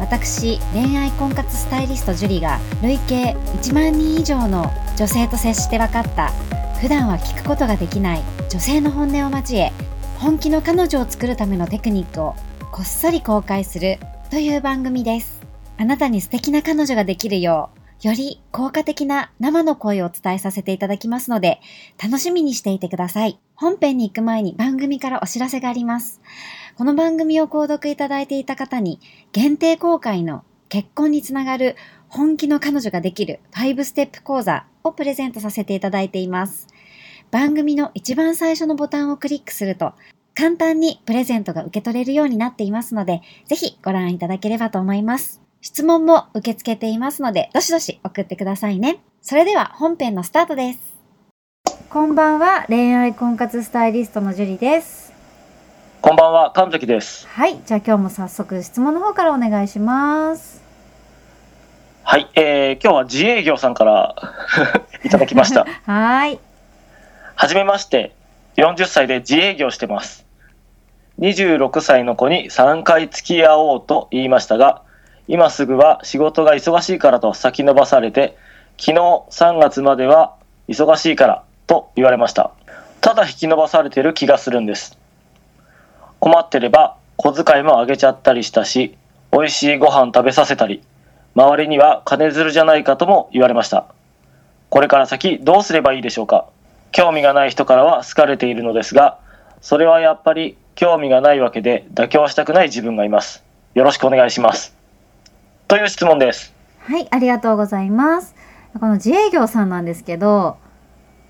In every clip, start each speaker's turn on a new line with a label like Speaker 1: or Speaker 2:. Speaker 1: 私恋愛婚活スタイリストジュリが累計1万人以上の女性と接して分かった普段は聞くことができない女性の本音を交え本気の彼女を作るためのテクニックをこっそり公開するという番組ですあなたに素敵な彼女ができるようより効果的な生の声をお伝えさせていただきますので楽しみにしていてください本編に行く前に番組からお知らせがありますこの番組を購読いただいていた方に限定公開の結婚につながる本気の彼女ができる5ステップ講座をプレゼントさせていただいています。番組の一番最初のボタンをクリックすると簡単にプレゼントが受け取れるようになっていますので、ぜひご覧いただければと思います。質問も受け付けていますので、どしどし送ってくださいね。それでは本編のスタートです。こんばんは、恋愛婚活スタイリストのジュリです。
Speaker 2: こんばんは、神崎です。
Speaker 1: はい、じゃあ今日も早速質問の方からお願いします。
Speaker 2: はい、えー、今日は自営業さんから いただきました。
Speaker 1: はーい。
Speaker 2: はじめまして、40歳で自営業してます。26歳の子に3回付き合おうと言いましたが、今すぐは仕事が忙しいからと先延ばされて、昨日3月までは忙しいからと言われました。ただ引き延ばされてる気がするんです。困ってれば小遣いもあげちゃったりしたし、美味しいご飯食べさせたり、周りには金づるじゃないかとも言われました。これから先どうすればいいでしょうか興味がない人からは好かれているのですが、それはやっぱり興味がないわけで妥協したくない自分がいます。よろしくお願いします。という質問です。
Speaker 1: はい、ありがとうございます。この自営業さんなんですけど、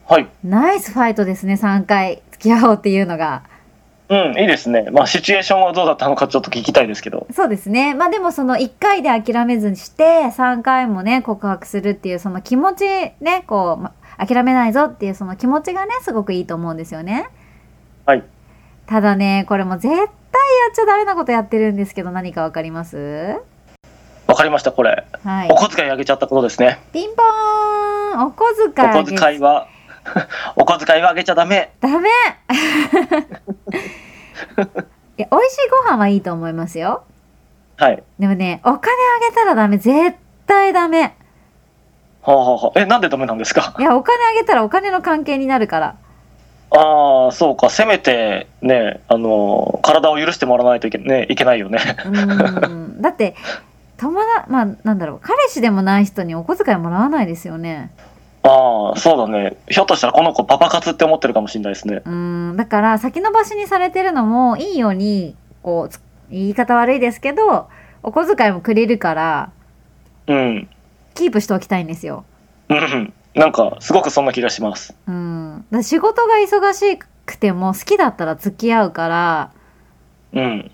Speaker 2: はい。
Speaker 1: ナイスファイトですね、3回付き合おうっていうのが。
Speaker 2: うん、いいですね。まあ、シチュエーションはどうだったのかちょっと聞きたいですけど。
Speaker 1: そうですね。まあでもその1回で諦めずにして、3回もね、告白するっていうその気持ちね、こう、ま諦めないぞっていうその気持ちがね、すごくいいと思うんですよね。
Speaker 2: はい。
Speaker 1: ただね、これもう絶対やっちゃダメなことやってるんですけど、何かわかります
Speaker 2: わかりました、これ。
Speaker 1: はい
Speaker 2: お。小遣いあげちゃったことですね。
Speaker 1: ピンポーンお小
Speaker 2: お
Speaker 1: 遣いあ
Speaker 2: 小
Speaker 1: げ
Speaker 2: 遣いは、お小遣いはあげちゃダメ。
Speaker 1: ダメいや、美味しいご飯はいいと思いますよ。
Speaker 2: はい。
Speaker 1: でもね、お金あげたらダメ。絶対ダメ。
Speaker 2: ほうほうほう。え、なんでダメなんですか
Speaker 1: いや、お金あげたらお金の関係になるから。
Speaker 2: ああ、そうか。せめて、ね、あの、体を許してもらわないといけ,、ね、いけないよね。
Speaker 1: うーん。だって、友だ、まあ、なんだろう、彼氏でもない人にお小遣いもらわないですよね。
Speaker 2: ああ、そうだね。ひょっとしたらこの子パパ活って思ってるかもしれないですね。
Speaker 1: うーん。だから、先延ばしにされてるのもいいように、こうつ、言い方悪いですけど、お小遣いもくれるから、
Speaker 2: うん。
Speaker 1: キープしておきたいんですよ。
Speaker 2: うん。なんか、すごくそんな気がします。
Speaker 1: うん、だから仕事が忙しくても好きだったら付き合うから、
Speaker 2: うん。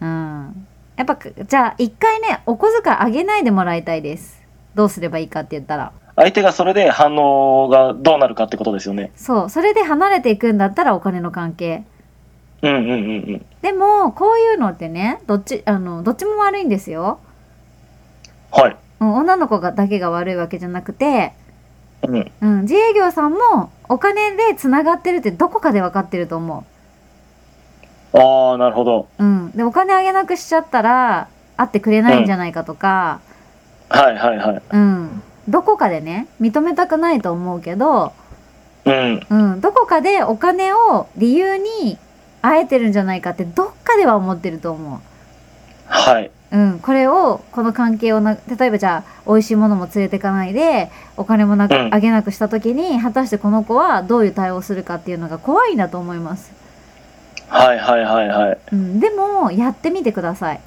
Speaker 1: うん、やっぱくじゃあ一回ねお小遣いあげないでもらいたいですどうすればいいかって言ったら
Speaker 2: 相手がそれで反応がどうなるかってことですよね。
Speaker 1: そうそれで離れていくんだったらお金の関係
Speaker 2: うんうんうんうん。
Speaker 1: でもこういうのってねどっちあのどっちも悪いんですよ、
Speaker 2: はい。
Speaker 1: うん、女の子がだけが悪いわけじゃなくて、
Speaker 2: うん。
Speaker 1: うん、自営業さんもお金でつながってるってどこかで分かってると思う
Speaker 2: ああ、なるほど。
Speaker 1: うん、でお金あげなくしちゃったら会ってくれないんじゃないかとか、
Speaker 2: はいはいはい。
Speaker 1: うん、どこかでね認めたくないと思うけど、
Speaker 2: うん。
Speaker 1: うん、どこかでお金を理由に会えてるんじゃないかってどっかでは思ってると思
Speaker 2: はい。
Speaker 1: う、うん、これをこの関係をな例えばじゃあ美味しいものも連れてかないでお金もなく、
Speaker 2: うん
Speaker 1: あげなくした時に果たしてこの子はどういう対応するかっていうのが怖いんだと思います、
Speaker 2: はいはいはいはい。
Speaker 1: うん、でもやってみてください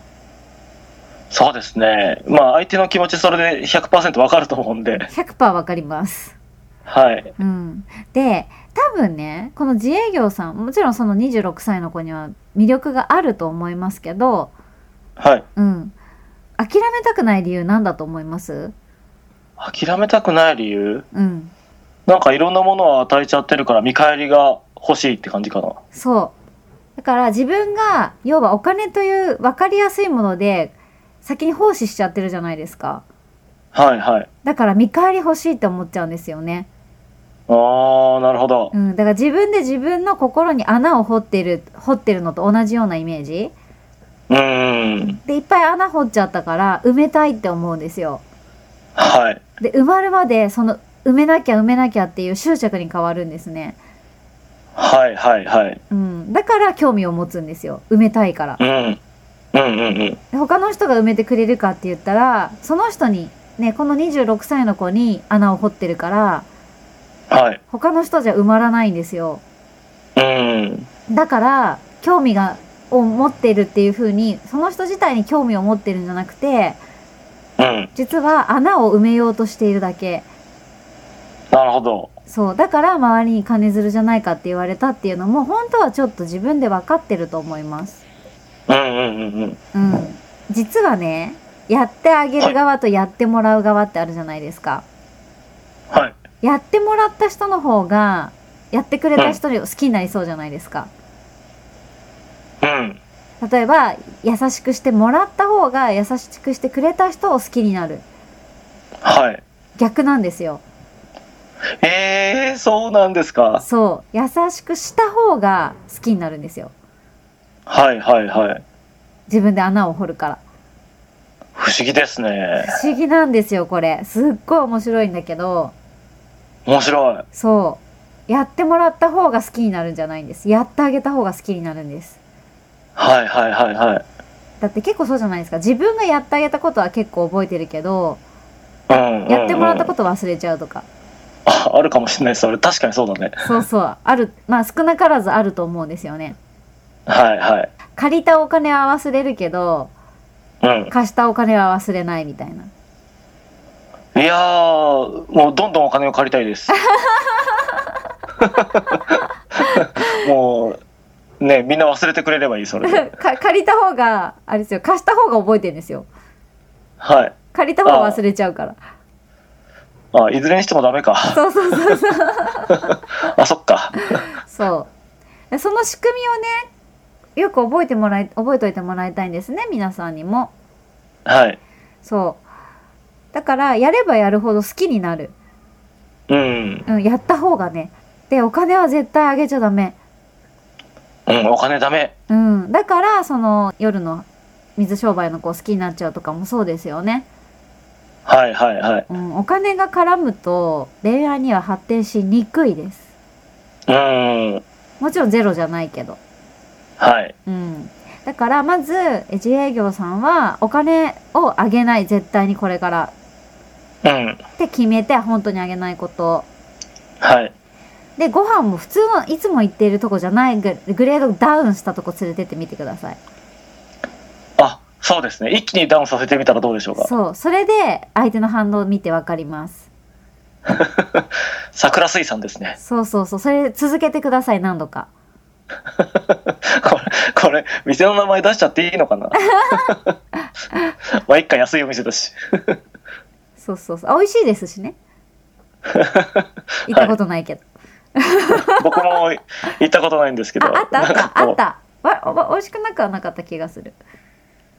Speaker 2: そうですね。まあ、相手の気持ちそれで100%わかると思うんで。
Speaker 1: 100%わかります
Speaker 2: はい。
Speaker 1: うん、で多分ねこの自営業さんもちろんその26歳の子には魅力があると思いますけど、
Speaker 2: はい。
Speaker 1: うん、諦めたくない理由なんだと思います
Speaker 2: あ諦めたくない理由
Speaker 1: うん
Speaker 2: なんかいろんなものを与えちゃってるから見返りが欲しいって感じかな。
Speaker 1: そうだから自分が要はお金という分かりやすいもので先に奉仕しちゃってるじゃないですか
Speaker 2: はいはい。
Speaker 1: だから見返り欲しいって思っちゃうんですよね、
Speaker 2: ああ、なるほど。
Speaker 1: うん、だから自分で自分の心に穴を掘ってる掘ってるのと同じようなイメージ
Speaker 2: うーん。
Speaker 1: でいっぱい穴掘っちゃったから埋めたいって思うんですよ
Speaker 2: はい。
Speaker 1: で埋まるまでその埋めなきゃ埋めなきゃっていう執着に変わるんですね、
Speaker 2: はいはいはい。
Speaker 1: うん、だから興味を持つんですよ埋めたいから
Speaker 2: うん。うんうんうん。
Speaker 1: で他の人が埋めてくれるかって言ったらその人にねこの26歳の子に穴を掘ってるから
Speaker 2: はい。
Speaker 1: 他の人じゃ埋まらないんですよ
Speaker 2: うん。
Speaker 1: だから興味がを持ってるっていう風にその人自体に興味を持ってるんじゃなくて
Speaker 2: うん。
Speaker 1: 実は穴を埋めようとしているだけ
Speaker 2: なるほど。
Speaker 1: そうだから周りに金づるじゃないかって言われたっていうのも本当はちょっと自分で分かってると思います
Speaker 2: うんうんうんうん。
Speaker 1: うん実はねやってあげる側とやってもらう側ってあるじゃないですか
Speaker 2: はい。
Speaker 1: やってもらった人の方がやってくれた人を好きになりそうじゃないですか
Speaker 2: うん。
Speaker 1: 例えば優しくしてもらった方が優しくしてくれた人を好きになる
Speaker 2: はい。
Speaker 1: 逆なんですよ
Speaker 2: ええー、そうなんですか。
Speaker 1: そう優しくした方が好きになるんですよ
Speaker 2: はいはいはい。
Speaker 1: 自分で穴を掘るから
Speaker 2: 不思議ですね。
Speaker 1: 不思議なんですよこれすっごい面白いんだけど
Speaker 2: 面白い。
Speaker 1: そうやってもらった方が好きになるんじゃないんですやってあげた方が好きになるんです
Speaker 2: はいはいはいはい。
Speaker 1: だって結構そうじゃないですか自分がやってあげたことは結構覚えてるけど
Speaker 2: うんうん、うん。
Speaker 1: やってもらったこと忘れちゃうとか
Speaker 2: ああるかもしれないです。それ確かにそうだね。
Speaker 1: そうそうあるまあ少なからずあると思うんですよね
Speaker 2: はいはい。
Speaker 1: 借りたお金は忘れるけど
Speaker 2: うん。
Speaker 1: 貸したお金は忘れないみたいない
Speaker 2: やー、もうどんどんお金を借りたいです。もう、ね、みんな忘れてくれればいい、それで。
Speaker 1: か 借りた方があれですよ貸した方が覚えてるんですよ
Speaker 2: はい。
Speaker 1: 借りた方が忘れちゃうから
Speaker 2: あ、いずれにしてもダメか。
Speaker 1: そうそうそうそう
Speaker 2: あ、そっか。
Speaker 1: そうその仕組みをねよく覚えてもらい覚えておいてもらいたいんですね皆さんにも
Speaker 2: はい。
Speaker 1: そうだからやればやるほど好きになる、
Speaker 2: うん。
Speaker 1: うん、やった方がねでお金は絶対あげちゃダメ
Speaker 2: うん、お金ダメ。
Speaker 1: うん、だからその夜の水商売の子好きになっちゃうとかもそうですよね、
Speaker 2: はいはいはい。
Speaker 1: うん、お金が絡むと恋愛には発展しにくいです
Speaker 2: うん。
Speaker 1: もちろんゼロじゃないけど、
Speaker 2: はい。
Speaker 1: うん、だからまずえ自営業さんはお金をあげない絶対にこれから
Speaker 2: うん。
Speaker 1: って決めて本当にあげないこと
Speaker 2: はい。
Speaker 1: でご飯も普通のいつも行っているとこじゃないググレードダウンしたとこ連れてってみてください
Speaker 2: あ、そうですね。一気にダウンさせてみたらどうでしょうか。
Speaker 1: そうそれで相手の反応を見てわかります
Speaker 2: 桜水産ですね。
Speaker 1: そうそうそう。それ続けてください、何度か。
Speaker 2: これ、これ、店の名前出しちゃっていいのかな まあ、一回安いお店だし。
Speaker 1: そうそうそう。あ美味しいです しね。行ったことないけど。
Speaker 2: 僕も行ったことないんですけど。
Speaker 1: あ、あったあっ
Speaker 2: な
Speaker 1: た、
Speaker 2: んか
Speaker 1: あ
Speaker 2: こ
Speaker 1: っ
Speaker 2: う
Speaker 1: た。わ、わ、美味しくなくはなかった気がする。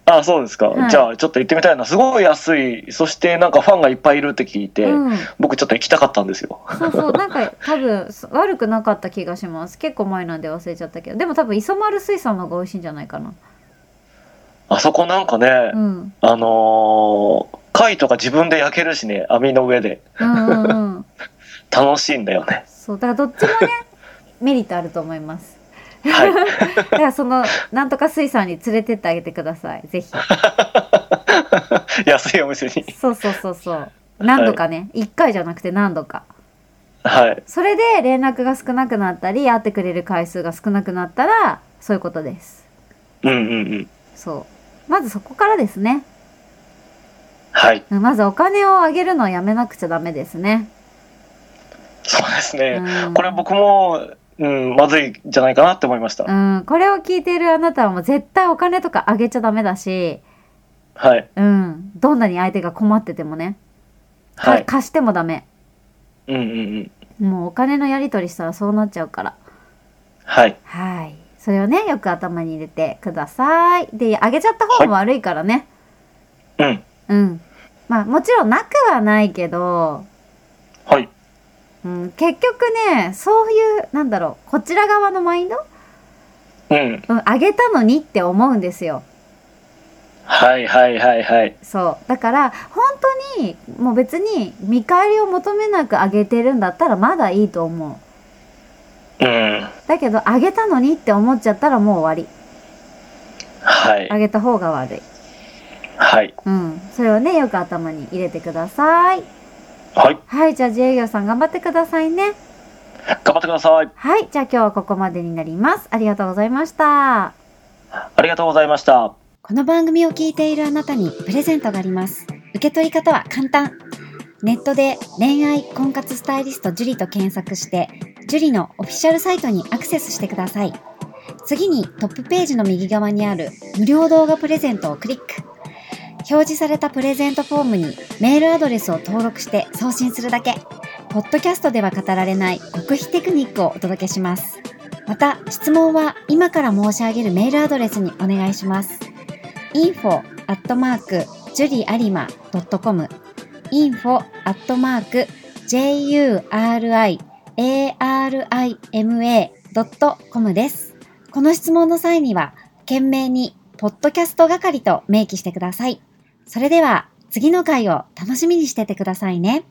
Speaker 2: あ、そうですか。
Speaker 1: はい
Speaker 2: じゃあ、ちょっと行ってみたいな。すごい安い。そして、なんかファンがいっぱいいるって聞いて、
Speaker 1: うん。
Speaker 2: 僕ちょっと行きたかったんですよ。
Speaker 1: そうそう。なんか、多分、そ悪くなかった気がします。結構前なんで忘れちゃったけど。でも多分、磯丸水産の方が美味しいんじゃないかな。
Speaker 2: あそこなんかね、
Speaker 1: うん。
Speaker 2: あのー貝とか自分で焼けるしね、網の上で。
Speaker 1: うんうんうん。
Speaker 2: 楽しいんだよね。
Speaker 1: そう。だから、どっ ちもね、メリットあると思います。
Speaker 2: はい。
Speaker 1: だから、その、なんとか水産に連れてってあげてください。ぜひ。
Speaker 2: 安いお店に。
Speaker 1: そうそうそうそう。何度かね。一、回じゃなくて何度か。
Speaker 2: はい。
Speaker 1: それで連絡が少なくなったり会ってくれる回数が少なくなったらそういうことです
Speaker 2: うんうんうん。
Speaker 1: そうまずそこからですね
Speaker 2: はい。
Speaker 1: うんまずお金をあげるのをやめなくちゃダメですね、
Speaker 2: そうですね。
Speaker 1: うん、
Speaker 2: これ僕も、うん、まずいんじゃないかなって思いました。
Speaker 1: うんこれを聞いているあなたはもう絶対お金とかあげちゃダメだし
Speaker 2: はい。
Speaker 1: うんどんなに相手が困っててもねか
Speaker 2: はい。
Speaker 1: 貸してもダメ
Speaker 2: うんうんうん。
Speaker 1: もうお金のやり取りしたらそうなっちゃうから
Speaker 2: はい。
Speaker 1: はいそれをねよく頭に入れてくださいであげちゃった方も悪いからね、
Speaker 2: うん。
Speaker 1: うんまあもちろんなくはないけど、
Speaker 2: はい。
Speaker 1: うん、結局ねそういうなんだろうこちら側のマインド、
Speaker 2: うん。
Speaker 1: うん、あげたのにって思うんですよ
Speaker 2: はいはいはいはい。
Speaker 1: そうだから本当にもう別に見返りを求めなくあげてるんだったらまだいいと思う
Speaker 2: うん。
Speaker 1: だけどあげたのにって思っちゃったらもう終わ
Speaker 2: は
Speaker 1: りあ
Speaker 2: い。
Speaker 1: げた方が悪い
Speaker 2: はい。
Speaker 1: うんそれをねよく頭に入れてください
Speaker 2: はい。
Speaker 1: はいじゃあ自営業さん頑張ってくださいね
Speaker 2: 頑張ってください。
Speaker 1: はいじゃあ今日はここまでになりますありがとうございました
Speaker 2: ありがとうございました。
Speaker 1: この番組を聞いているあなたにプレゼントがあります。受け取り方は簡単。ネットで恋愛婚活スタイリスト樹と検索して、樹のオフィシャルサイトにアクセスしてください。次にトップページの右側にある無料動画プレゼントをクリック。表示されたプレゼントフォームにメールアドレスを登録して送信するだけ。ポッドキャストでは語られない極秘テクニックをお届けします。また、質問は今から申し上げるメールアドレスにお願いします。info アットマーク juriarima.com info アットマーク juriarima.com です。この質問の際には、懸命に、ポッドキャスト係と明記してください。それでは、次の回を楽しみにしててくださいね。